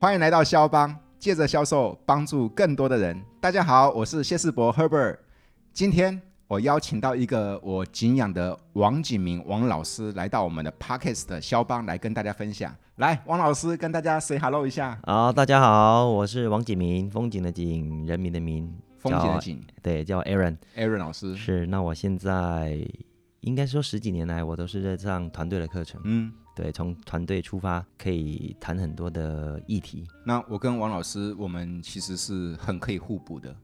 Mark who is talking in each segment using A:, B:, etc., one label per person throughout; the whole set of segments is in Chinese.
A: 欢迎来到肖邦，借着销售帮助更多的人。大家好，我是谢世博 Herbert。今天我邀请到一个我敬仰的王景明王老师来到我们的 Pockets 的肖邦来跟大家分享。来，王老师跟大家 say hello 一下，
B: 好，大家好，我是王景明，风景的景，人民的民，
A: 风景
B: 叫
A: 的景嗯
B: 对，叫 Aaron。
A: ，Aaron 老师。
B: 是，那我现在应该说十几年来，我都是在上团队的课程。
A: 嗯，
B: 对，从团队出发，可以谈很多的议题。
A: 那我跟王老师，我们其实是很可以互补的。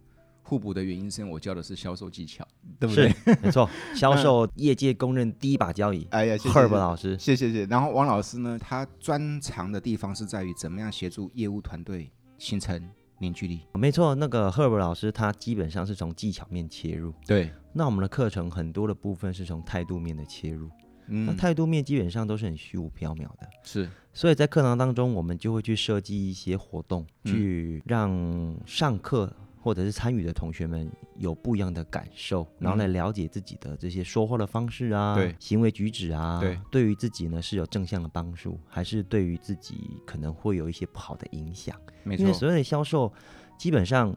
A: 互补的原因是因为我教的是销售技巧，对不对？
B: 是，没错，销售业界公认第一把交椅
A: 哎呀，谢谢
B: 赫尔伯老师。
A: 谢谢谢。然后王老师呢，他专长的地方是在于怎么样协助业务团队形成凝聚力。
B: 没错，那个赫尔伯老师他基本上是从技巧面切入，
A: 对，
B: 那我们的课程很多的部分是从态度面的切入，那
A: 嗯，
B: 态度面基本上都是很虚无缥缈的。
A: 是
B: 所以在课堂当中，我们就会去设计一些活动，
A: 嗯
B: 去让上课或者是参与的同学们有不一样的感受，然后来了解自己的这些说话的方式啊，
A: 嗯对
B: 行为举止啊，
A: 对，
B: 对于自己呢是有正向的帮助，还是对于自己可能会有一些不好的影响？
A: 没
B: 因为
A: 错，
B: 所谓的销售，基本上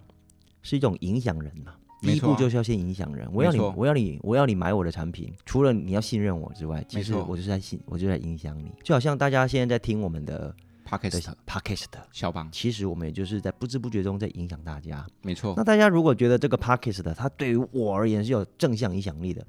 B: 是一种影响人嘛。第
A: 没
B: 一
A: 错啊
B: 步就是要先影响人，我要你
A: 没错，
B: 我要你，我要你买我的产品。除了你要信任我之外，其实
A: 没错
B: 我就是在信，我就在影响你。就好像大家现在在听我们的
A: p o c
B: 的
A: k e t
B: podcast，
A: 肖邦，
B: 其实我们也就是在不知不觉中在影响大家。
A: 没错
B: 那，大家如果觉得这个 podcast 它对于我而言是有正向影响力的，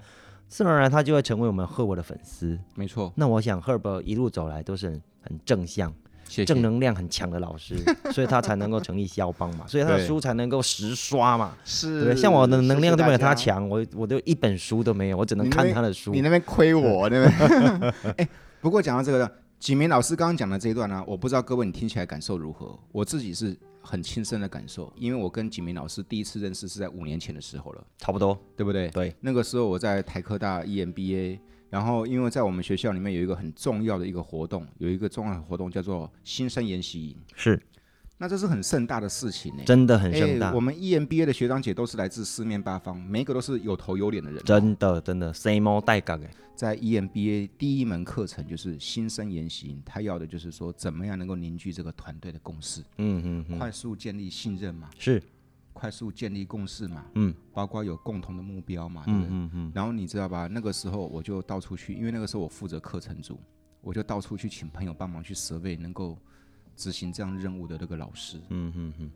B: 自然而然它就会成为我们赫伯的粉丝。
A: 没错，
B: 那我想赫伯一路走来都是很很正向。
A: 谢
B: 正
A: 谢，
B: 能量很强的老 师，所以他才能够成立肖邦嘛，所以他
A: 对嗯
B: 的书才能够十刷嘛。对不
A: 是
B: 对，像我的能量都没有他
A: 他。
B: 强，我我都一本书都没有，我只能
A: 你
B: 看
A: 那
B: 他的书
A: 你。那边亏我，对不对？ 哎，不过讲到这个，景明老师刚刚讲的这一段呢、啊我不知道各位你听起来感受如何？我自己是很亲身的感受，因为我跟景明老师第一次认识是在五年前的时候了。
B: 差不多，
A: 对不对？
B: 对，
A: 那个时候我在台科大 E EMBA，然后因为在我们学校里面有一个很重要的一个活动，有一个重要的活动叫做新生研习营，
B: 是
A: 那这是很盛大的事情呢、
B: 真的很盛
A: 哎
B: 大
A: 我，们 EMBA 的学长姐都是来自四面八方，每一个都是有头有脸的人。
B: 真的真的 same old 带杠哎，
A: 在 E EMBA 第一门课程就是新生研习营，他要的就是说怎么样能够凝聚这个团队的共识，
B: 嗯嗯嗯，
A: 快速建立信任嘛，
B: 是
A: 快速建立共识嘛，
B: 嗯，
A: 包括有共同的目标嘛，对不
B: 嗯
A: 对？
B: 嗯嗯，
A: 然后你知道吧？那个时候我就到处去，因为那个时候我负责课程组，我就到处去请朋友帮忙去 survey 能够执行这样任务的那个老师。
B: 嗯嗯嗯，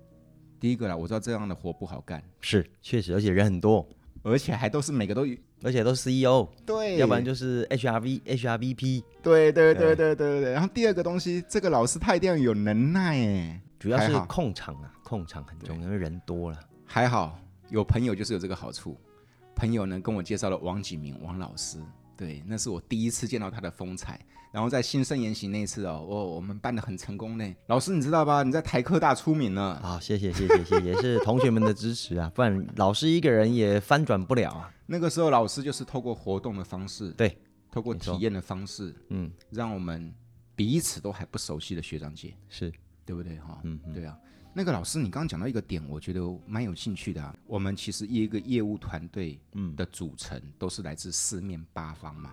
A: 第一个啦，我知道这样的活不好干，
B: 是确实，而且人很多，
A: 而且还都是每个都
B: 而且都是 CEO，
A: 对，
B: 要不然就是哎 HRV HRVP，
A: 对对对对对对对。然后第二个东西，这个老师他一定要有能耐哎，
B: 主要
A: 还
B: 是
A: 好
B: 控场啊，控场很重要，因为人多了。
A: 还好有朋友就是有这个好处。朋友呢跟我介绍了王景明王老师，对，那是我第一次见到他的风采。然后在新生研习那一次哦，哦，我们办的很成功呢。老师你知道吧？你在台科大出名了。
B: 啊，谢谢谢谢 谢谢，是同学们的支持啊，不然老师一个人也翻转不了啊。
A: 那个时候老师就是透过活动的方式，
B: 对，
A: 透过
B: 没错
A: 体验的方式，
B: 嗯，
A: 让我们彼此都还不熟悉的学长姐，
B: 是，
A: 对不对哈？
B: 嗯嗯，
A: 对啊，那个老师，你刚刚讲到一个点，我觉得蛮有兴趣的、啊。我们其实一个业务团队，
B: 嗯
A: 的组成都是来自四面八方嘛。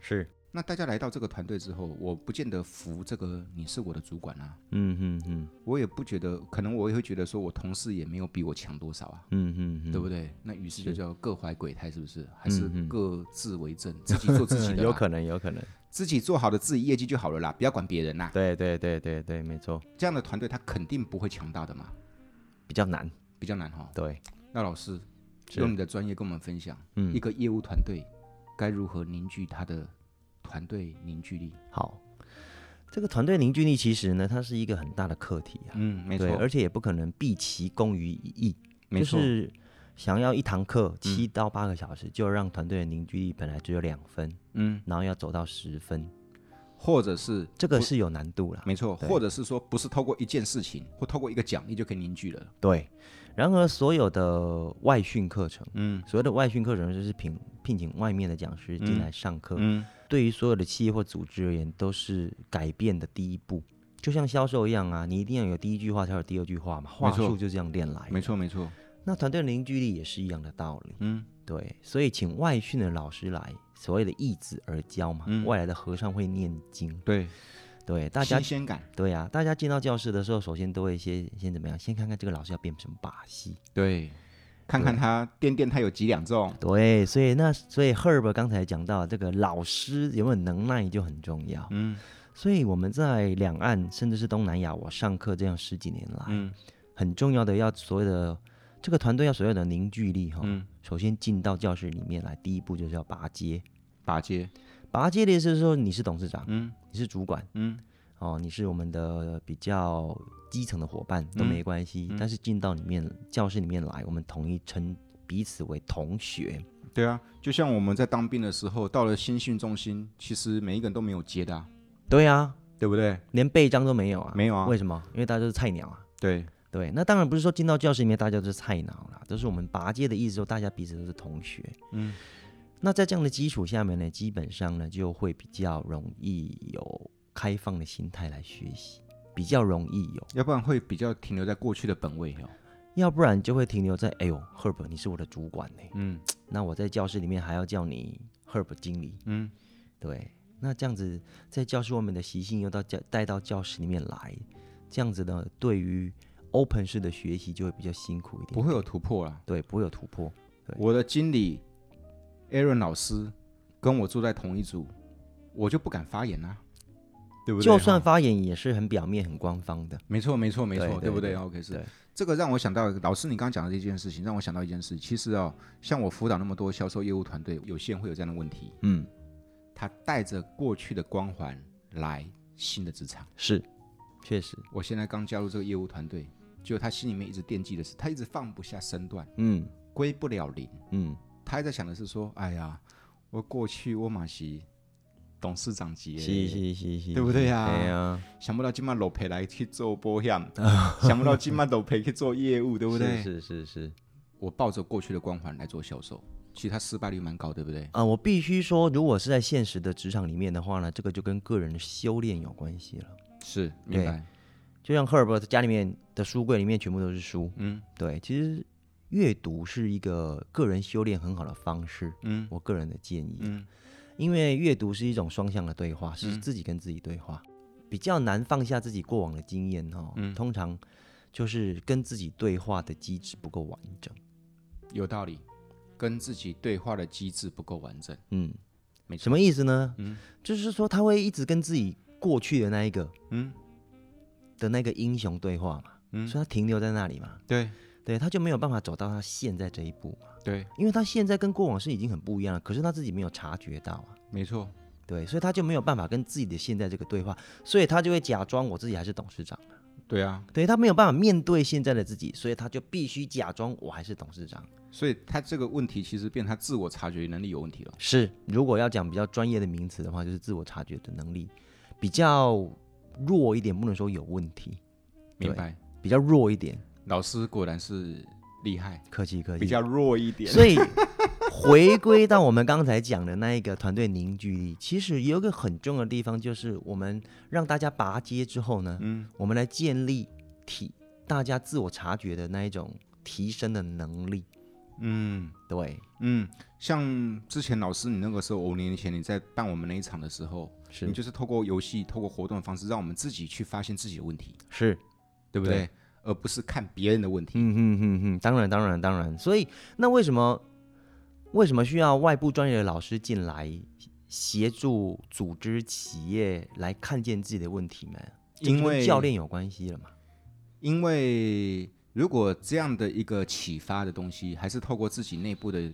B: 是，
A: 那大家来到这个团队之后，我不见得服这个你是我的主管啊，
B: 嗯嗯嗯
A: 我也不觉得，可能我也会觉得说我同事也没有比我强多少啊，
B: 嗯嗯嗯，
A: 对不对？那于是就是叫各怀鬼胎，是不是？还是
B: 嗯嗯
A: 各自为政，自己做自己的
B: 嗯
A: 啦，
B: 有可能有可能，
A: 自己做好的自己业绩就好了啦，不要管别人啦。
B: 对对对对对，没错，
A: 这样的团队他肯定不会强大的嘛，
B: 比较难，
A: 比较难哈。
B: 对，
A: 那老师
B: 是
A: 用你的专业跟我们分享，
B: 嗯
A: 一个业务团队该如何凝聚他的团队凝聚力？
B: 好。这个团队凝聚力其实呢，它是一个很大的课题啊，
A: 嗯，没
B: 对，
A: 错，
B: 而且也不可能毕其功于一役，
A: 没
B: 就
A: 错，嗯
B: 是想要一堂课七到八个小时，就让团队的凝聚力本来只有两分，
A: 嗯，
B: 然后要走到十分，
A: 或者是
B: 这个是有难度啦。
A: 没错，
B: 对
A: 或者是说不是透过一件事情或透过一个奖励就可以凝聚了。
B: 对，然而所有的外训课程，
A: 嗯
B: 所谓的外训课程就是聘聘请外面的讲师进来上课，
A: 嗯，
B: 对于所有的企业或组织而言，都是改变的第一步。就像销售一样啊，你一定要有第一句话，才有第二句话嘛，话
A: 错
B: 术就这样练来。
A: 没。错没错，
B: 那团队凝聚力也是一样的道理。
A: 嗯，
B: 对，所以请外训的老师来，所谓的易子而教嘛，
A: 嗯
B: 外来的和尚会念经。
A: 对，
B: 对，大家
A: 新鲜感，
B: 对呀、大家进到教室的时候，首先都会先先怎么样？先看看这个老师要变什么把戏。
A: 对，看看他掂掂他有几两重，
B: 对，所以那所以 Herb 刚才讲到这个老师有没有能耐就很重要。
A: 嗯
B: 所以我们在两岸甚至是东南亚，我上课这样十几年来，
A: 嗯
B: 很重要的要所谓的这个团队要所谓的凝聚力哈、
A: 嗯，
B: 首先进到教室里面来，第一步就是要拔接。
A: 拔接，
B: 拔接的意思是说你是董事长，
A: 嗯
B: 你是主管
A: 嗯
B: 哦，你是我们的比较基层的伙伴
A: 嗯
B: 都没关系、但是进到里面教室里面来，我们统一称彼此为同学。
A: 对啊，就像我们在当兵的时候，到了新训中心，其实每一个人都没有接的、啊，
B: 对啊，
A: 对不对？
B: 连背章都没有啊，
A: 没有啊
B: 为什么？因为大家都是菜鸟啊。
A: 对，
B: 对，那当然不是说进到教室里面大家都是菜鸟啦，都是我们拔界的意思，说大家彼此都是同学。
A: 嗯，
B: 那在这样的基础下面呢，基本上呢就会比较容易有开放的心态来学习，比较容易有，
A: 要不然会比较停留在过去的本位哦。
B: 要不然就会停留在哎呦，Herb，你是我的主管呢，
A: 嗯
B: 那我在教室里面还要叫你 Herb 经理，
A: 嗯，
B: 对，那这样子在教室外面的习性又到教带到教室里面来，这样子呢，对于 open 式的学习就会比较辛苦一点，
A: 不会有突破啦。
B: 对，不会有突破。对
A: 我的经理 Aaron 老师跟我住在同一组，我就不敢发言啦、啊对不对？
B: 就算
A: 哈
B: 发言也是很表面、很官方的。
A: 没错没错没错，
B: 对对
A: 对不对
B: 对
A: o k 是
B: 对
A: 这个让我想到老师你刚刚讲的这件事情，让我想到一件事。其实哦，像我辅导那么多销售业务团队，有些人会有这样的问题，
B: 嗯，
A: 他带着过去的光环来新的职场。
B: 是，确实，
A: 我现在刚加入这个业务团队，就他心里面一直惦记的是，他一直放不下身段，
B: 嗯
A: 归不了零。
B: 嗯，
A: 他还在想的是说，哎呀，我过去我嘛是董事长级，
B: 是是是是，
A: 对不对啊
B: 对呀，
A: 想不到今嘛老裴来去做保 险，想不到今嘛老裴去做业务，对不对？
B: 是是是是。
A: 我抱着过去的光环来做销售，其实他失败率蛮高，对不对？
B: 啊，我必须说，如果是在现实的职场里面的话呢，这个就跟个人的修炼有关系了。
A: 是，明白。
B: 就像赫尔伯特家里面的书柜里面全部都是书，
A: 嗯
B: 对，其实阅读是一个个人修炼很好的方式，
A: 嗯
B: 我个人的建议，
A: 嗯，
B: 因为阅读是一种双向的对话，是自己跟自己对话，比较难放下自己过往的经验哦，
A: 嗯
B: 通常就是跟自己对话的机制不够完整，
A: 有道理。跟自己对话的机制不够完整，
B: 嗯，
A: 没错
B: 什么意思呢？
A: 嗯
B: 就是说他会一直跟自己过去的那一个
A: 嗯
B: 的那个英雄对话嘛，
A: 嗯
B: 所以他停留在那里嘛，
A: 对
B: 对，他就没有办法走到他现在这一步嘛。
A: 对，
B: 因为他现在跟过往是已经很不一样了，可是他自己没有察觉到啊，
A: 没错，
B: 对，所以他就没有办法跟自己的现在这个对话，所以他就会假装我自己还是董事长，
A: 对啊，
B: 对他没有办法面对现在的自己，所以他就必须假装我还是董事长。
A: 所以他这个问题其实变他自我察觉能力有问题了。
B: 是，如果要讲比较专业的名词的话，就是自我察觉的能力比较弱一点，不能说有问题，
A: 明白，
B: 比较弱一点，
A: 老师果然是厉害，
B: 客气客气，
A: 比较弱一点。
B: 所以回归到我们刚才讲的那一个团队凝聚力，其实有一个很重要的地方，就是我们让大家拔接之后呢，
A: 嗯，
B: 我们来建立体大家自我察觉的那一种提升的能力。
A: 嗯
B: 对，
A: 嗯，像之前老师你那个时候五年前你在办我们那一场的时候，
B: 是
A: 你就是透过游戏、透过活动的方式，让我们自己去发现自己的问题，
B: 是，
A: 对不对？而不是看别人的问题。
B: 嗯哼哼哼，当然当然当然。所以那为什么为什么需要外部专业的老师进来协助组织企业来看见自己的问题呢？这就
A: 因
B: 跟
A: 为
B: 教练有关系了嘛。
A: 因为如果这样的一个启发的东西，还是透过自己内部的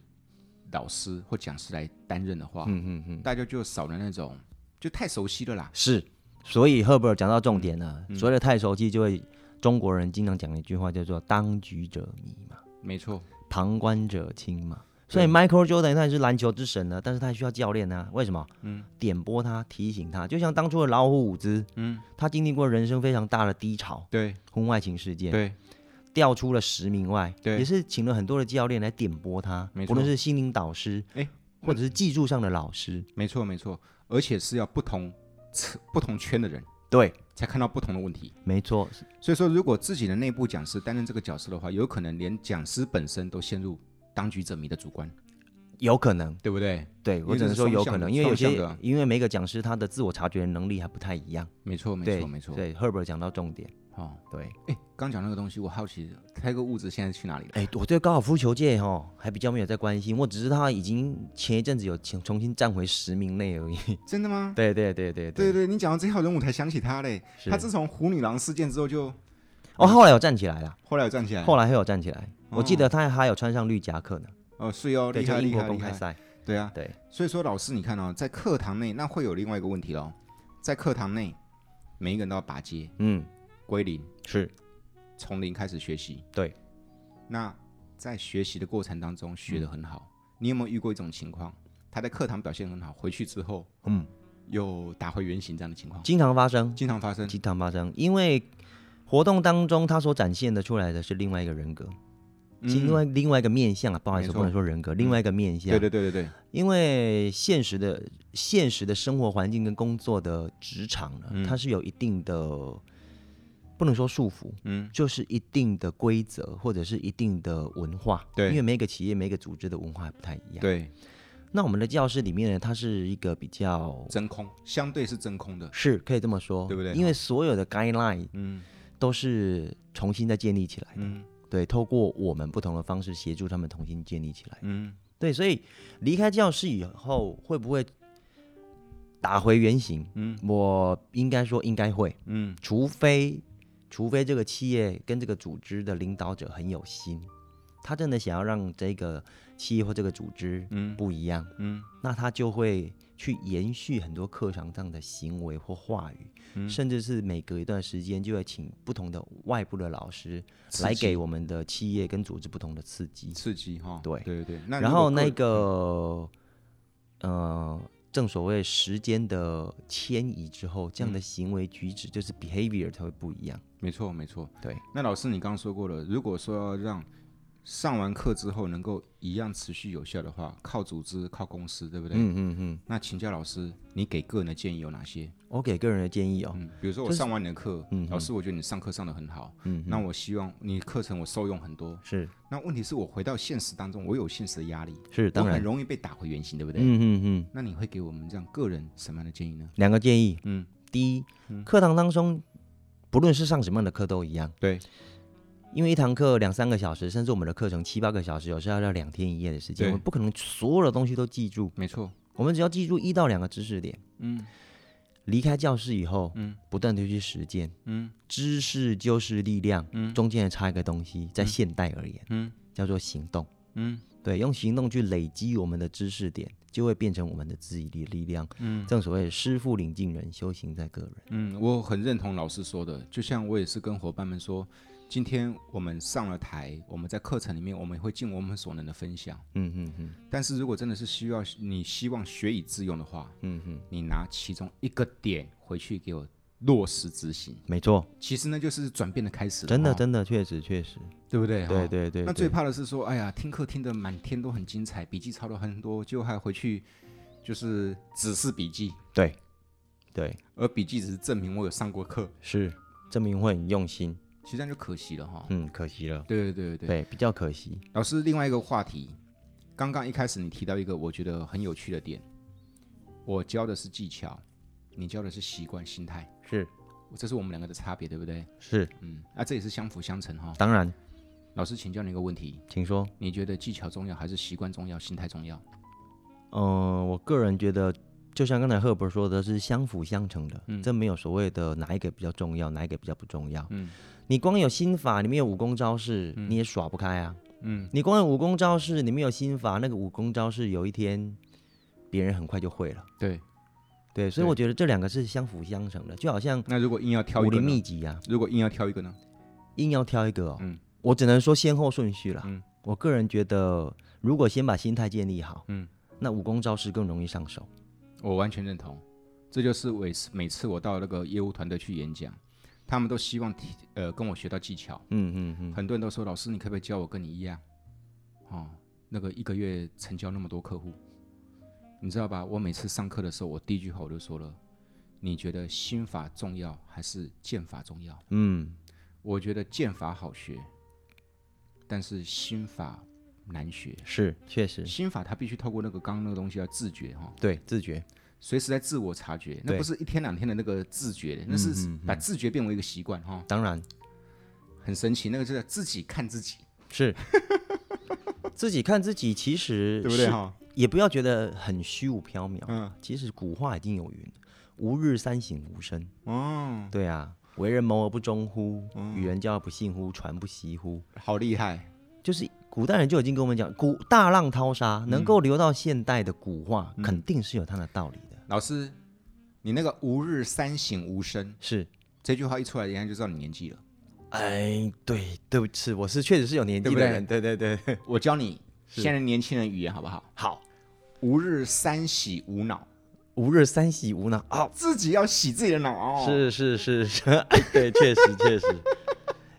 A: 老师或讲师来担任的话，
B: 嗯哼哼。
A: 大家就少了那种就太熟悉了啦。
B: 是，所以赫伯尔讲到重点了，
A: 嗯
B: 所谓的太熟悉，就会中国人经常讲一句话叫做“当局者迷”嘛，
A: 没错，
B: 旁观者清嘛。
A: 对
B: 所以 Michael Jordan 他也是篮球之神呢，但是他需要教练啊，为什么？嗯，点拨他，提醒他，就像当初的老虎伍兹，
A: 嗯，
B: 他经历过人生非常大的低潮，
A: 对
B: 婚外情事件，
A: 对，
B: 调出了十名外，
A: 对
B: 也是请了很多的教练来点拨他
A: 没，
B: 不论
A: 错
B: 是心灵导师，
A: 哎
B: 或者是技术上的老师，
A: 没错没错，而且是要不同不同圈的人
B: 对，
A: 才看到不同的问题。
B: 没错，
A: 所以说，如果自己的内部讲师担任这个角色的话，有可能连讲师本身都陷入当局者迷的主观。
B: 有可能，
A: 对不对？
B: 对我只能说有可能，因为有些因为每个讲师他的自我察觉能力还不太一样。
A: 没错，没
B: 对
A: 错，没错。
B: 对，Herbert 讲到重点，
A: 哦，
B: 对，
A: 哎，刚讲那个东西，我好奇，泰戈物质现在去哪里了？
B: 哎，我对高尔夫球界哈、还比较没有在关心，我只是他已经前一阵子有重重新站回十名内而已。
A: 真的吗？
B: 对对对对
A: 对对，你讲到这号人物，才想起他嘞。
B: 是
A: 他自从虎女郎事件之后就，
B: 哦，后来有站起来了，
A: 后来有站起来。
B: 后来还有站起来，我记得他还有穿上绿夹克呢，
A: 哦，是哦，
B: 对，
A: 厉
B: 就
A: 害
B: 英
A: 厉
B: 国
A: 害
B: 公
A: 厉
B: 开
A: 害。
B: 赛，
A: 对啊，
B: 对，
A: 所以说老师，你看哦，在课堂内那会有另外一个问题喽，在课堂内每一个人都要拔尖
B: 嗯，
A: 归零，
B: 是
A: 从零开始学习。
B: 对，
A: 那在学习的过程当中学得很好，你有没有遇过一种情况？他在课堂表现很好，回去之后，嗯，又打回原形这样的情况，
B: 经常发生，
A: 经常发生。
B: 经常发生，因为活动当中他所展现的出来的是另外一个人格，是另外另外一个面相啊，不好意
A: 嗯
B: 思，
A: 没错嗯
B: 不能说人格，另外一个面相，
A: 对对对对对，
B: 因为现实的现实的生活环境跟工作的职场呢，
A: 嗯
B: 它是有一定的，不能说束缚，
A: 嗯，
B: 就是一定的规则或者是一定的文化，
A: 对
B: 因为每个企业每个组织的文化还不太一样。
A: 对，
B: 那我们的教室里面呢，它是一个比较
A: 真空，相对是真空的。
B: 是可以这么说，
A: 对不对
B: 因为所有的 guideline
A: 嗯
B: 都是重新再建立起来的，
A: 嗯
B: 对，透过我们不同的方式协助他们重新建立起来。
A: 嗯，
B: 对，所以离开教室以后会不会打回原形？
A: 嗯，
B: 我应该说应该会，
A: 嗯，
B: 除非除非这个企业跟这个组织的领导者很有心，他真的想要让这个企业或这个组织
A: 嗯
B: 不一样，
A: 嗯，
B: 那他就会去延续很多课堂上的行为或话语，
A: 嗯
B: 甚至是每隔一段时间就会请不同的外部的老师
A: 刺
B: 来
A: 激
B: 给我们的企业跟组织不同的刺激。
A: 刺激哈。
B: 对
A: 对对对。那
B: 然
A: 如果嗯
B: 后那
A: 个
B: 个，呃，正所谓时间的迁移之后，这
A: 嗯
B: 样的行为举止就是 behavior 才会不一样。
A: 没错没错。
B: 对，
A: 那老师你刚刚说过了，如果说要让上完课之后能够一样持续有效的话，靠组织靠公司，对不对？
B: 嗯嗯嗯。
A: 那请教老师，你给个人的建议有哪些？
B: 我给个人的建议哦，
A: 嗯，比如说我上完你的课，老师，我觉得你上课上的很好，
B: 嗯
A: 那我希望你课程我受用很多。
B: 是
A: 那问题是我回到现实当中，我有现实的压力，
B: 是
A: 我
B: 当
A: 很
B: 然，
A: 容易被打回原形，对不对？
B: 嗯嗯嗯，
A: 那你会给我们这样个人什么样的建议呢？
B: 两个建议，
A: 嗯，
B: 第一，课堂当中，不论是上什么样的课都一样，
A: 对，
B: 因为一堂课两三个小时，甚至我们的课程七八个小时，有时候要两天一夜的时间，
A: 对
B: 我们不可能所有的东西都记住，
A: 没错，
B: 我们只要记住一到两个知识点，
A: 嗯
B: 离开教室以后，
A: 嗯，
B: 不断的去实践，
A: 嗯，
B: 知识就是力量，
A: 嗯
B: 中间还差一个东西，在现代而言，
A: 嗯，
B: 叫做行动，
A: 嗯，
B: 对，用行动去累积我们的知识点，就会变成我们的自己的力量，嗯，正所谓师傅领进人，修行在个人，
A: 嗯，我很认同老师说的，就像我也是跟伙伴们说，今天我们上了台，我们在课程里面我们会尽我们所能的分享，
B: 嗯嗯嗯，
A: 但是如果真的是需要你希望学以致用的话，嗯哼，你拿其中一个点回去给我落实执行，
B: 没错，
A: 其实呢就是转变的开始了
B: 真的
A: 哦
B: 真的确实确实，
A: 对不对？
B: 对
A: 哦
B: 对对，
A: 那最
B: 对
A: 怕的是说，哎呀，听课听得满天都很精彩，笔记抄了很多，就还回去就是只是笔记，
B: 对对
A: 而笔记只是证明我有上过课，
B: 是证明会很用心，
A: 其实这样就可惜了哈、
B: 嗯，可惜了，
A: 对对对对，
B: 对，比较可惜，
A: 老师，另外一个话题，刚刚一开始你提到一个我觉得很有趣的点，我教的是技巧，你教的是习惯、心态，
B: 是
A: 这是我们两个的差别，对不对？
B: 是，
A: 嗯，啊，这也是相辅相成哈、
B: 当然，
A: 老师，请教你一个问题，
B: 请说。
A: 你觉得技巧重要还是习惯重要、心态重要？
B: 嗯，我个人觉得，就像刚才赫伯说的，是相辅相成的，这没有所谓的哪一个比较重要，哪一个比较不重要。
A: 嗯，
B: 你光有心法，里面有武功招式，你也耍不开啊。
A: 嗯，
B: 你光有武功招式，里面有心法，那个武功招式有一天别人很快就会了。
A: 对。
B: 对，所以
A: 对
B: 我觉得这两个是相辅相成的，就好像
A: 那如果硬要挑
B: 武
A: 一个
B: 林
A: 呢
B: 秘籍啊，
A: 如果硬要挑一个呢？
B: 硬要挑一个、哦，
A: 嗯
B: 我只能说先后顺序啦。
A: 嗯
B: 我个人觉得，如果先把心态建立好，
A: 嗯，
B: 那武功招式更容易上手。
A: 我完全认同，这就是每次每次我到那个业务团队去演讲，他们都希望提呃跟我学到技巧，
B: 嗯嗯嗯，
A: 很多人都说老师你可不可以教我跟你一样，哦，那个一个月成交那么多客户，你知道吧？我每次上课的时候，我第一句话我就说了，你觉得心法重要还是剑法重要？
B: 嗯，
A: 我觉得剑法好学，但是心法难学。
B: 是确实，
A: 心法它必须透过那个刚刚那个东西要自觉哈、
B: 对自觉，
A: 随时在自我察觉，那
B: 对嗯
A: 不是一天两天的那个自觉，那是把自觉变为一个习惯哈、
B: 当然
A: 很神奇，那个就是自己看自己，
B: 是自己看自己，其实
A: 对不对
B: 是
A: 哈？
B: 也不要觉得很虚无缥缈。
A: 嗯，
B: 其实古话已经有云：“吾日三省吾身。
A: 哦，”嗯
B: 对啊，为人谋而不忠乎？与人交而不信乎？传不习乎？
A: 好厉害，
B: 就是古代人就已经跟我们讲，古大浪淘
A: 嗯
B: 沙能够留到现代的古话，肯定是有它的道理的。
A: 老师，你那个“吾日三省吾身
B: 是，”
A: 这句话一出来，人家就知道你年纪了。
B: 哎，对，对不起，我是确实是有年纪
A: 对不
B: 的
A: 对
B: 人，对对对对，
A: 我教你
B: 是
A: 现在年轻人语言好不好？
B: 好。
A: 吾日三喜无脑，
B: 吾日三省吾脑啊，
A: 自己要洗自己的脑哦。
B: 是是是是， 哎对，确实确实，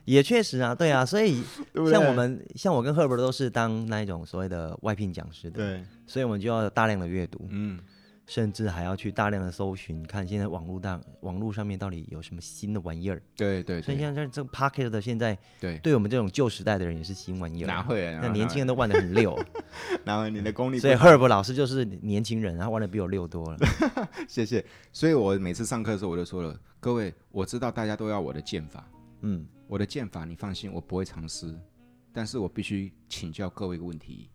B: 也确实啊，对啊，所以
A: 哦对不对
B: 像我们像我跟 Herb 都是当那一种所谓的外聘讲师的，
A: 对，
B: 所以我们就要有大量的阅读，
A: 嗯，
B: 甚至还要去大量的搜寻，看现在网络上网络上面到底有什么新的玩意儿。
A: 对对
B: 所以
A: 对
B: 像这这 p o c k e t 的现在，
A: 对，
B: 对我们这种旧时代的人也是新玩意儿
A: 哪
B: 啊。
A: 会啊？
B: 那
A: 哪
B: 年轻人都玩的很溜，
A: 会，然 后你的功力不
B: 所以 Herb 老师就是年轻人，他玩的比我溜多了。
A: 谢谢。所以我每次上课的时候，我就说了，各位，我知道大家都要我的剑法，
B: 嗯，
A: 我的剑法你放心，我不会藏私，但是我必须请教各位一个问题：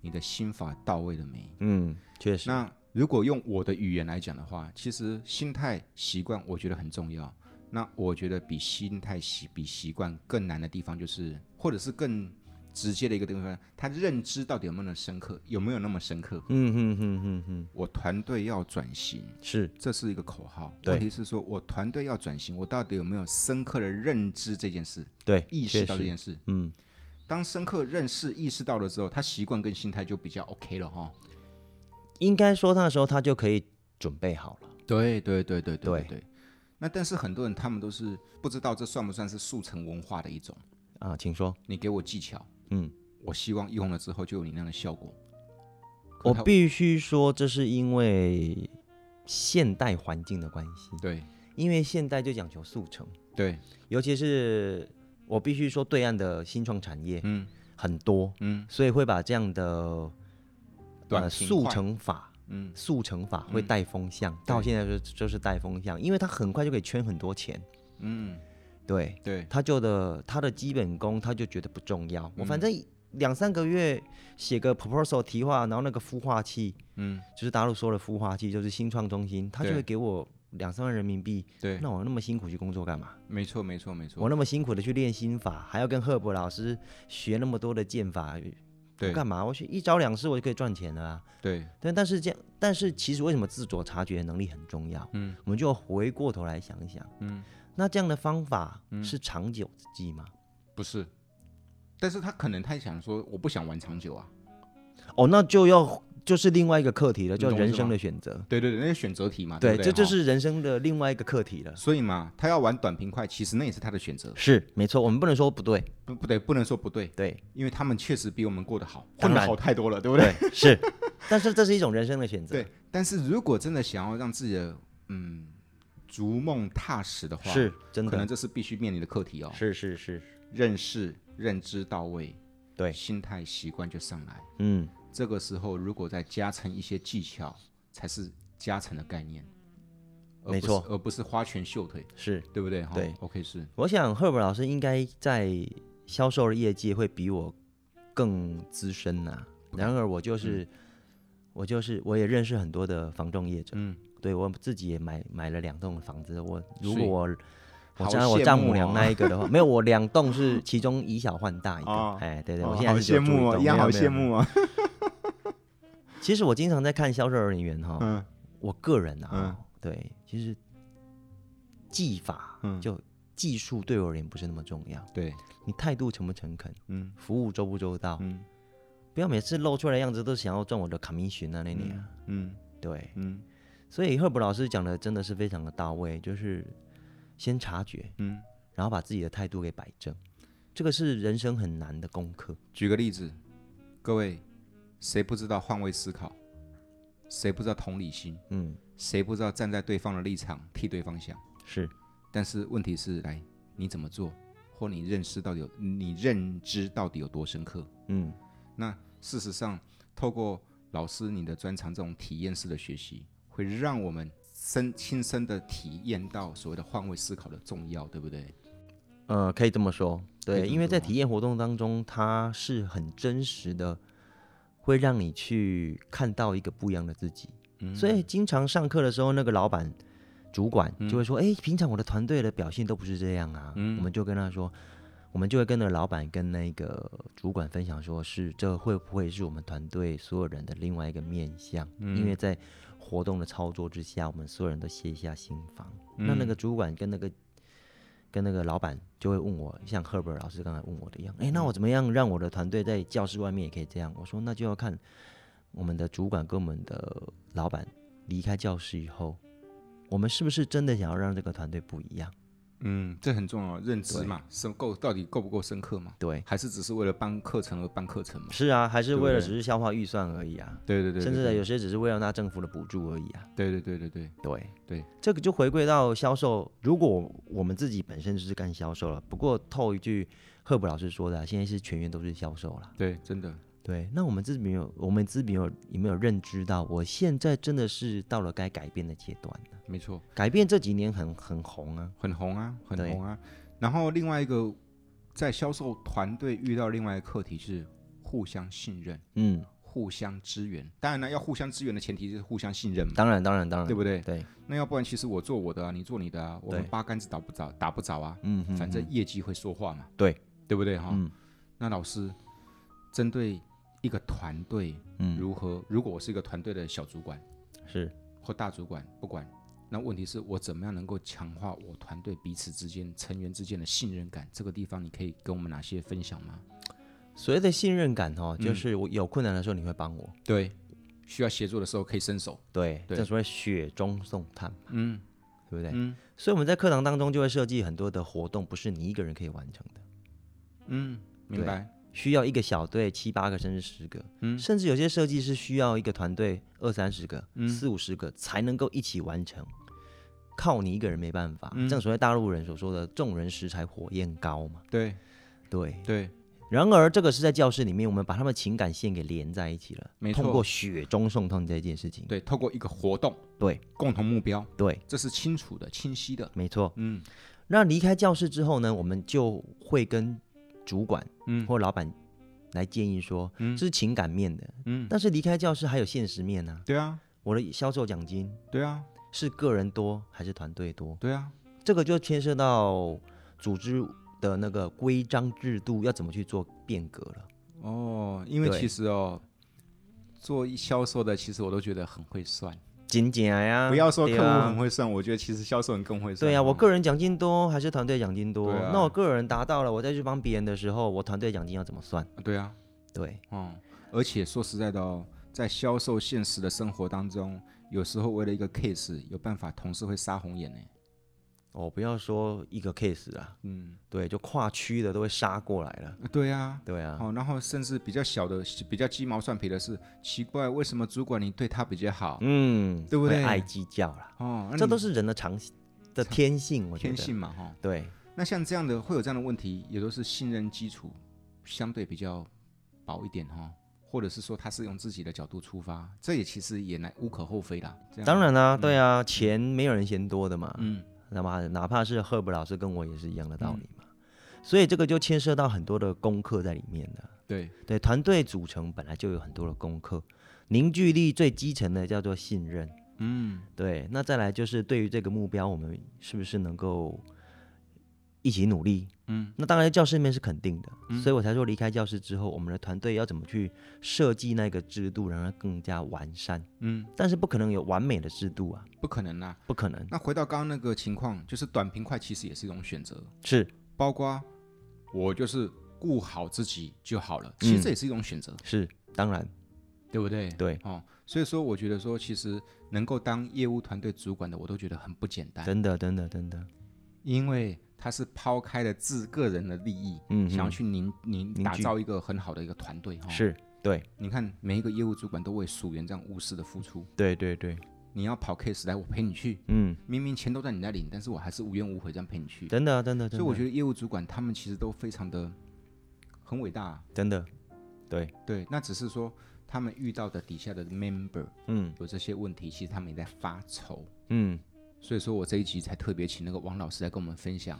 A: 你的心法到位了没？
B: 嗯，确实，
A: 那如果用我的语言来讲的话，其实心态习惯我觉得很重要。那我觉得比心态习比习惯更难的地方，就是或者是更直接的一个地方，他认知到底有没有那么深刻，有没有那么深刻？
B: 嗯哼哼哼哼，
A: 我团队要转型，
B: 是
A: 这是一个口号。
B: 对
A: 问题是说我团队要转型，我到底有没有深刻的认知这件事，
B: 对，
A: 意
B: 确
A: 识到
B: 实
A: 这件事？
B: 嗯，
A: 当深刻认识、意识到了之后，他习惯跟心态就比较 OK 了哈。
B: 应该说那时候他就可以准备好了。
A: 对对对对
B: 对
A: 对。那但是很多人他们都是不知道这算不算是速成文化的一种。
B: 啊，请说。
A: 你给我技巧，
B: 嗯，
A: 我希望用了之后就有你那样的效果。可
B: 我
A: 他
B: 必须说，这是因为现代环境的关系，
A: 对
B: 因为现代就讲求速成，
A: 对
B: 尤其是我必须说，对岸的新创产业
A: 嗯
B: 很多，
A: 嗯
B: 所以会把这样的
A: 短
B: 呃
A: 平
B: 速
A: 快
B: 成法。
A: 嗯
B: 速成法会带风向，到现在就就是带风向，因为它很快就可以圈很多钱。
A: 嗯
B: 对，
A: 对
B: 他就的他的基本功他就觉得不重要，
A: 嗯
B: 我反正两三个月写个 proposal 提话，然后那个孵化器
A: 嗯
B: 就是大陆说的孵化器，就是新创中心，他就
A: 对
B: 会给我两三万人民币，
A: 对，
B: 那我那么辛苦去工作干嘛？
A: 没错没错没
B: 我
A: 错，
B: 那么辛苦的去练心法，还要跟赫伯老师学那么多的剑法，我
A: 对
B: 干嘛？我去一招两式我就可以赚钱了啊！
A: 对
B: 对，但是这样，但是其实为什么自我察觉能力很重要？
A: 嗯，
B: 我们就回过头来想一想，
A: 嗯，
B: 那这样的方法是长久之计吗？
A: 不是。但是他可能他想说，我不想玩长久啊。
B: 哦，那就要就是另外一个课题了，
A: 你
B: 叫
A: 懂我意
B: 人
A: 思
B: 生
A: 吗啊
B: 的选择。
A: 对对对，那是选择题嘛，
B: 对，
A: 不
B: 这就
A: 哈
B: 是人生的另外一个课题了。
A: 所以嘛，他要玩短平快，其实那也是他的选择，
B: 是，没错，我们不能说不对，
A: 不不对，不能说不对，
B: 对
A: 因为他们确实比我们过得好，
B: 当
A: 混得
B: 然
A: 好太多了，对不对？
B: 对是， 但是这是一种人生的选择。
A: 对，但是如果真的想要让自己的嗯逐梦踏实的话，
B: 是真
A: 可能
B: 的，
A: 这是必须面临的课题哦。
B: 是是是，
A: 认识、认知到位，
B: 对
A: 心态习惯就上来。
B: 嗯，
A: 这个时候如果再加成一些技巧，才是加成的概念。而
B: 没
A: 不是
B: 错
A: 而不是花拳绣腿，
B: 是。
A: 对不对？哈
B: 对
A: ，OK 是，
B: 我想 Herb 老师应该在销售的业界会比我更资深呐、然而我就是、
A: 嗯
B: 我就是我也认识很多的房仲业者，
A: 嗯，
B: 对我自己也买买了两栋房子。我如
A: 所
B: 果
A: 以
B: 我我
A: 好
B: 站在我
A: 羡
B: 丈
A: 慕
B: 母
A: 哦
B: 娘那一个的话，没有，我两栋是其中以小换大一个。
A: 哦
B: 哎，对对，我
A: 哦
B: 现
A: 好
B: 在是只有
A: 羡
B: 住一
A: 慕哦，
B: 栋
A: 一样好羡。
B: 没有没有
A: 慕哦，
B: 其实我经常在看销售人员哈，
A: 嗯
B: 我个人啊，
A: 嗯
B: 对，其实技法、
A: 嗯
B: 就技术对我而言不是那么重要，
A: 对，
B: 你态度诚不诚恳，
A: 嗯
B: 服务周不周到，
A: 嗯
B: 不要每次露出来的样子都想要赚我的 commission 啊那里啊。
A: 嗯
B: 对，
A: 嗯
B: 所以赫伯老师讲的真的是非常的到位，就是先察觉，
A: 嗯。
B: 然后把自己的态度给摆正，这个是人生很难的功课。
A: 举个例子，各位，谁不知道换位思考？谁不知道同理心？
B: 嗯，
A: 谁不知道站在对方的立场替对方想？
B: 是
A: 但是问题是，来你怎么做，或你认识到底有你认知到底有多深刻？
B: 嗯，
A: 那事实上，透过老师你的专长这种体验式的学习，会让我们深亲身的体验到所谓的换位思考的重要，对不对？
B: 呃，可以这么说，
A: 可以这
B: 对，
A: 么
B: 因为在
A: 说
B: 体验活动当中，它是很真实的，会让你去看到一个不一样的自己。
A: 嗯
B: 所以经常上课的时候，那个老板、主管就会说：“哎、平常我的团队的表现都不是这样啊。我们就跟他说，我们就会跟那个老板跟那个主管分享说是这会不会是我们团队所有人的另外一个面向？因为在活动的操作之下，我们所有人都卸下心防。那
A: 嗯
B: 那个主管跟那个跟那个老板就会问我，像赫伯老师刚才问我的一样，哎诶，那
A: 嗯
B: 我怎么样让我的团队在教室外面也可以这样？我说那就要看我们的主管跟我们的老板离开教室以后，我们是不是真的想要让这个团队不一样？
A: 嗯，这很重要，认知
B: 对
A: 嘛，深够到底够不够深刻嘛？
B: 对，
A: 还是只是为了办课程而办课程嘛？
B: 是啊，还是
A: 对不
B: 为了
A: 对
B: 只是消化预算而已啊，
A: 对对对，
B: 甚至呢
A: 对
B: 有些只是为了拿政府的补助而已啊。
A: 对对对对对，
B: 对
A: 对，
B: 这个就回归到销售。如果我们自己本身就是干销售了，不过透一句赫伯老师说的啊、现在是全员都是销售了。
A: 对，真的，
B: 对，那我们自己没有，我们自己有有没有认知到，我现在真的是到了该改变的阶段了？
A: 没错，
B: 改变这几年很很红啊，
A: 很红啊，很
B: 对
A: 红啊。然后另外一个，在销售团队遇到另外一个课题是互相信任、
B: 嗯，
A: 互相支援。当然呢，要互相支援的前提是互相信任嘛，
B: 当然当然当然，
A: 对不对？
B: 对，
A: 那要不然，其实我做我的啊，你做你的啊，我们
B: 对
A: 八竿子打不着，打不着啊。
B: 嗯哼，
A: 反正
B: 哼
A: 业绩会说话嘛，
B: 对
A: 对不对哈？
B: 嗯
A: 那老师针对一个团队
B: 嗯
A: 如何？如果我是一个团队的小主管
B: 是
A: 或大主管，不管，那问题是我怎么样能够强化我团队彼此之间成员之间的信任感？这个地方你可以跟我们哪些分享吗？
B: 所谓的信任感哦，就
A: 嗯
B: 是我有困难的时候你会帮我，
A: 对，需要协作的时候可以伸手。
B: 对，
A: 对
B: 正所谓雪中送炭嘛，
A: 嗯
B: 对不对？
A: 嗯
B: 所以我们在课堂当中就会设计很多的活动，不是你一个人可以完成的，
A: 嗯，明白。
B: 需要一个小队七八个甚至十个，
A: 嗯
B: 甚至有些设计是需要一个团队二三十个、
A: 嗯
B: 四五十个才能够一起完成，靠你一个人没办
A: 嗯
B: 法。正所谓大陆人所说的“众人拾柴火焰高”嘛，
A: 对
B: 对。
A: 对，
B: 然而，这个是在教室里面，我们把他们情感线给连在一起了，
A: 没错
B: 通过雪中送炭这件事情，
A: 对，透过一个活动，
B: 对，
A: 共同目标，
B: 对，
A: 这是清楚的、清晰的。
B: 没错。
A: 嗯
B: 那离开教室之后呢，我们就会跟主管
A: 嗯
B: 或老板来建议说，
A: 嗯
B: 这是情感面的，
A: 嗯，
B: 但是离开教室还有现实面呢、
A: 对啊，
B: 我的销售奖金
A: 对啊，
B: 是个人多还是团队多？
A: 对啊，
B: 这个就牵涉到组织的那个规章制度要怎么去做变革了。
A: 哦，因为
B: 对
A: 其实哦，做一销售的，其实我都觉得很会算。
B: 仅仅呀，
A: 不要说客
B: 对
A: 户很
B: 啊，
A: 会算，我觉得其实销售人更会算。
B: 对呀、
A: 哦
B: 我个人奖金多还是团队奖金多？
A: 对啊
B: 那我个人达到了，我再去帮别人的时候，我团队奖金要怎么算？
A: 对啊，
B: 对，
A: 嗯，而且说实在的哦，在销售现实的生活当中，有时候为了一个 case，有办法同事会杀红眼呢。
B: 哦，不要说一个 case 啊，
A: 嗯，
B: 对，就跨区的都会杀过来了。
A: 呃对呀、
B: 对啊，
A: 哦，然后甚至比较小的、比较鸡毛蒜皮的是，奇怪，为什么主管你对他比较好？
B: 嗯，
A: 对不对
B: 会爱计较啦，
A: 哦，那
B: 这
A: 你
B: 都是人的常的天性，我觉得
A: 天性嘛，哈、
B: 对。
A: 那像这样的会有这样的问题，也都是信任基础相对比较薄一点哈、或者是说他是用自己的角度出发，这也其实也难无可厚非啦。这样
B: 当，然啦、对啊，钱没有人嫌多的嘛，
A: 嗯，
B: 那么哪怕是赫伯老师跟我也是一样的道理嘛，所以这个就牵涉到很多的功课在里面的。
A: 对，
B: 对，团队组成本来就有很多的功课，凝聚力最基层的叫做信任。
A: 嗯，
B: 对，那再来就是对于这个目标，我们是不是能够一起努力？嗯，那当然教室里面是肯定的，
A: 嗯
B: 所以我才说离开教室之后，我们的团队要怎么去设计那个制度，让它更加完善。
A: 嗯，
B: 但是不可能有完美的制度啊，
A: 不可能啦。
B: 不可能。
A: 那回到刚刚那个情况，就是短平快其实也是一种选择，
B: 是
A: 包括我就是顾好自己就好了，其实
B: 嗯
A: 这也是一种选择，
B: 是，当然
A: 对不对？
B: 对，
A: 哦，所以说我觉得说，其实能够当业务团队主管的，我都觉得很不简单。
B: 真的真的真的，
A: 因为他是抛开了自个人的利益，
B: 嗯哼
A: 想哦要去凝凝
B: 凝
A: 打
B: 聚
A: 造一个很好的一个团队哈、，
B: 是对
A: 你看每一个业务主管都为属员这样无私的付出，
B: 对对对，
A: 你要跑 case 来，我陪你去，
B: 嗯，
A: 明明钱都在你那里，但是我还是无怨无悔这样陪你去。
B: 真的真的，
A: 所以我觉
B: 得
A: 得业务主管他们其实都非常的很伟大，
B: 真的对，
A: 对，那只是说他们遇到的底下的 member
B: 嗯
A: 有这些问题，其实他们也在发愁。
B: 嗯，
A: 所以说我这一集才特别请那个王老师来跟我们分享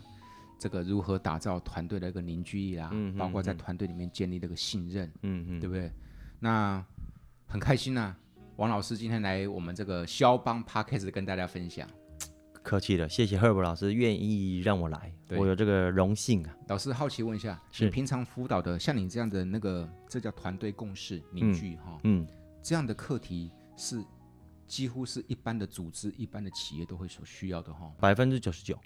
A: 这个如何打造团队的一个凝聚力啊啦，
B: 嗯嗯
A: 包括在
B: 嗯
A: 团队里面建立这个信任，
B: 嗯嗯，
A: 对不对？那很开心呐、王老师今天来我们这个肖邦 podcast 跟大家分享。
B: 客气了，谢谢 Herb 老师愿意让我来，
A: 对
B: 我有这个荣幸啊。
A: 老师好奇问一下，
B: 是
A: 你平常辅导的像你这样的那个，这叫团队共识凝聚哈、
B: 嗯，
A: 这样的课题是几乎是一般的组织、一般的企业都会所需要的哈、
B: 百分之九十九，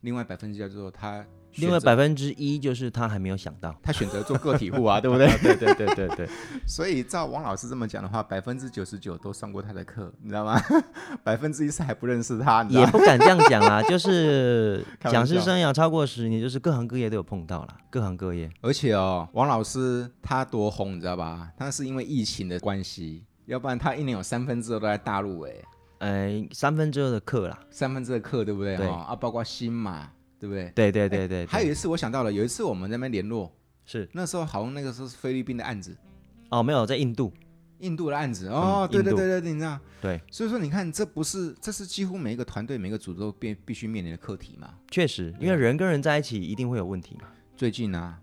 A: 另外百分之叫做他选择，
B: 另外百分之一就是他还没有想到。
A: 他选择做个体户 啊，对不对？
B: 对对对对 对，
A: 所以照王老师这么讲的话，百分之九十九都上过他的课，你知道吗？ 百分之一是还不认识他，你知道
B: 也
A: 吗？
B: 不敢这样讲 啦，就是
A: 开玩
B: 讲师
A: 笑
B: 生涯超过十年，就是各行各业都有碰到啦，各行各业。
A: 而且哦，王老师他多红，你知道吧？他是因为疫情的关系，要不然他一年有三分之二都在大陆哎，
B: 呃，三分之二的课啦。
A: 三分之二的课对不对？
B: 对
A: 哦啊，包括新马对不对？
B: 对对对对，
A: 哎还
B: 对
A: 有一次我想到了，有一次我们在那边联络，
B: 是
A: 那时候好像那个时候是菲律宾的案子，
B: 哦，没有在印度。
A: 印度的案子哦，
B: 嗯
A: 对对
B: 印度
A: 对对对，你知道。
B: 对，
A: 所以说你看，这不是这是几乎每一个团队每个组织都必必须面临的课题嘛？
B: 确实，因为人跟人在一起一定会有问题嘛。
A: 最近呢、啊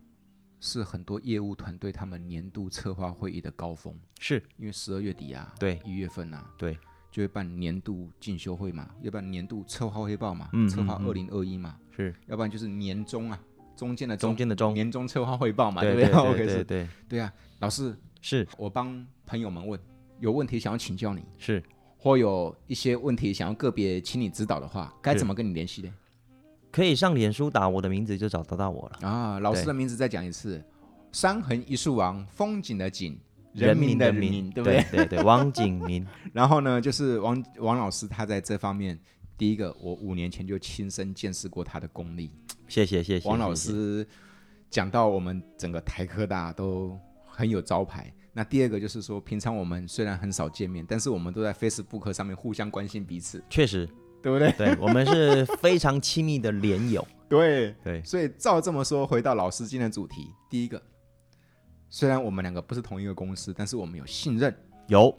A: 是很多业务团队他们年度策划会议的高峰，
B: 是
A: 因为十二月底啊，
B: 对
A: 一月份啊，
B: 对，
A: 就会办年度进修会嘛，要不然年度策划汇报嘛，
B: 嗯
A: 策划
B: 嗯
A: 二零二一嘛，
B: 是
A: 要不然就是年终啊，中间的
B: 中间的中，
A: 年终策划汇报嘛，
B: 对
A: 不
B: 对
A: 对
B: 对
A: ？OK，
B: 对
A: 是，
B: 对，
A: 对啊，老师，
B: 是
A: 我帮朋友们问，有问题想要请教你，
B: 是。
A: 或有一些问题想要个别请你指导的话，该
B: 是
A: 怎么跟你联系呢？
B: 可以上脸书打我的名字就找得到我了。
A: 啊，老师
B: 对
A: 的名字再讲一次：山横一树王，风景的景，民
B: 民
A: 的
B: 民，
A: 对不对
B: 对？对对，王景民，
A: 然后呢，就是王王老师他在这方面，第一个，我五年前就亲身见识过他的功力。
B: 谢谢谢谢。
A: 王老
B: 谢谢，
A: 师讲到我们整个台科大都很有招牌。那第二个就是说，平常我们虽然很少见面，但是我们都在 Facebook 上面互相关心彼此，
B: 确实，
A: 对不对？
B: 对我们是非常亲密的连友。
A: 对，
B: 对，
A: 所以照这么说，回到老师今天的主题，第一个，虽然我们两个不是同一个公司，但是我们有信任
B: 有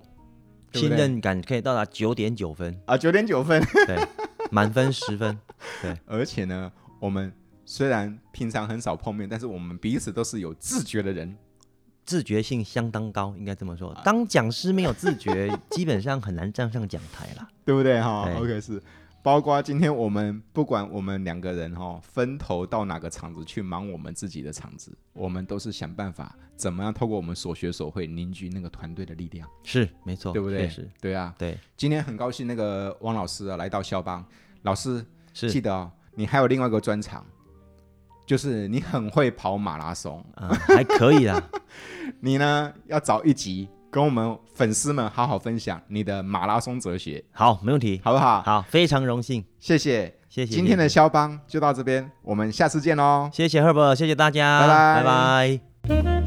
A: 对不
B: 信
A: 对
B: 任感可以到达九点九分，
A: 啊，九点九分。
B: 对，满分十分。
A: 而且呢，我们虽然平常很少碰面，但是我们彼此都是有自觉的人。
B: 自觉性相当高，应该这么说。当讲师没有自觉，基本上很难站上讲台 啦。
A: 对不对哈、
B: 对
A: o k 是，包括今天我们不管我们两个人哈、分头到哪个厂子去忙我们自己的厂子，我们都是想办法怎么样透过我们所学所会凝聚那个团队的力量，
B: 是，没错，
A: 对不对
B: 确实，？
A: 对啊，
B: 对，
A: 今天很高兴那个王老师啊来到肖邦，老师记
B: 是
A: 得哦，你还有另外一个专长。就是你很会跑马拉松，
B: 啊、还可以啦。
A: 你呢要找一集跟我们粉丝们好好分享你的马拉松哲学，
B: 好，没问题。
A: 好不好？
B: 好，非常荣幸，
A: 谢谢，
B: 谢谢
A: 今天的肖邦就到这边，我们下次见喽。哦
B: 谢谢 Herb，谢谢大家，
A: 拜拜
B: 拜拜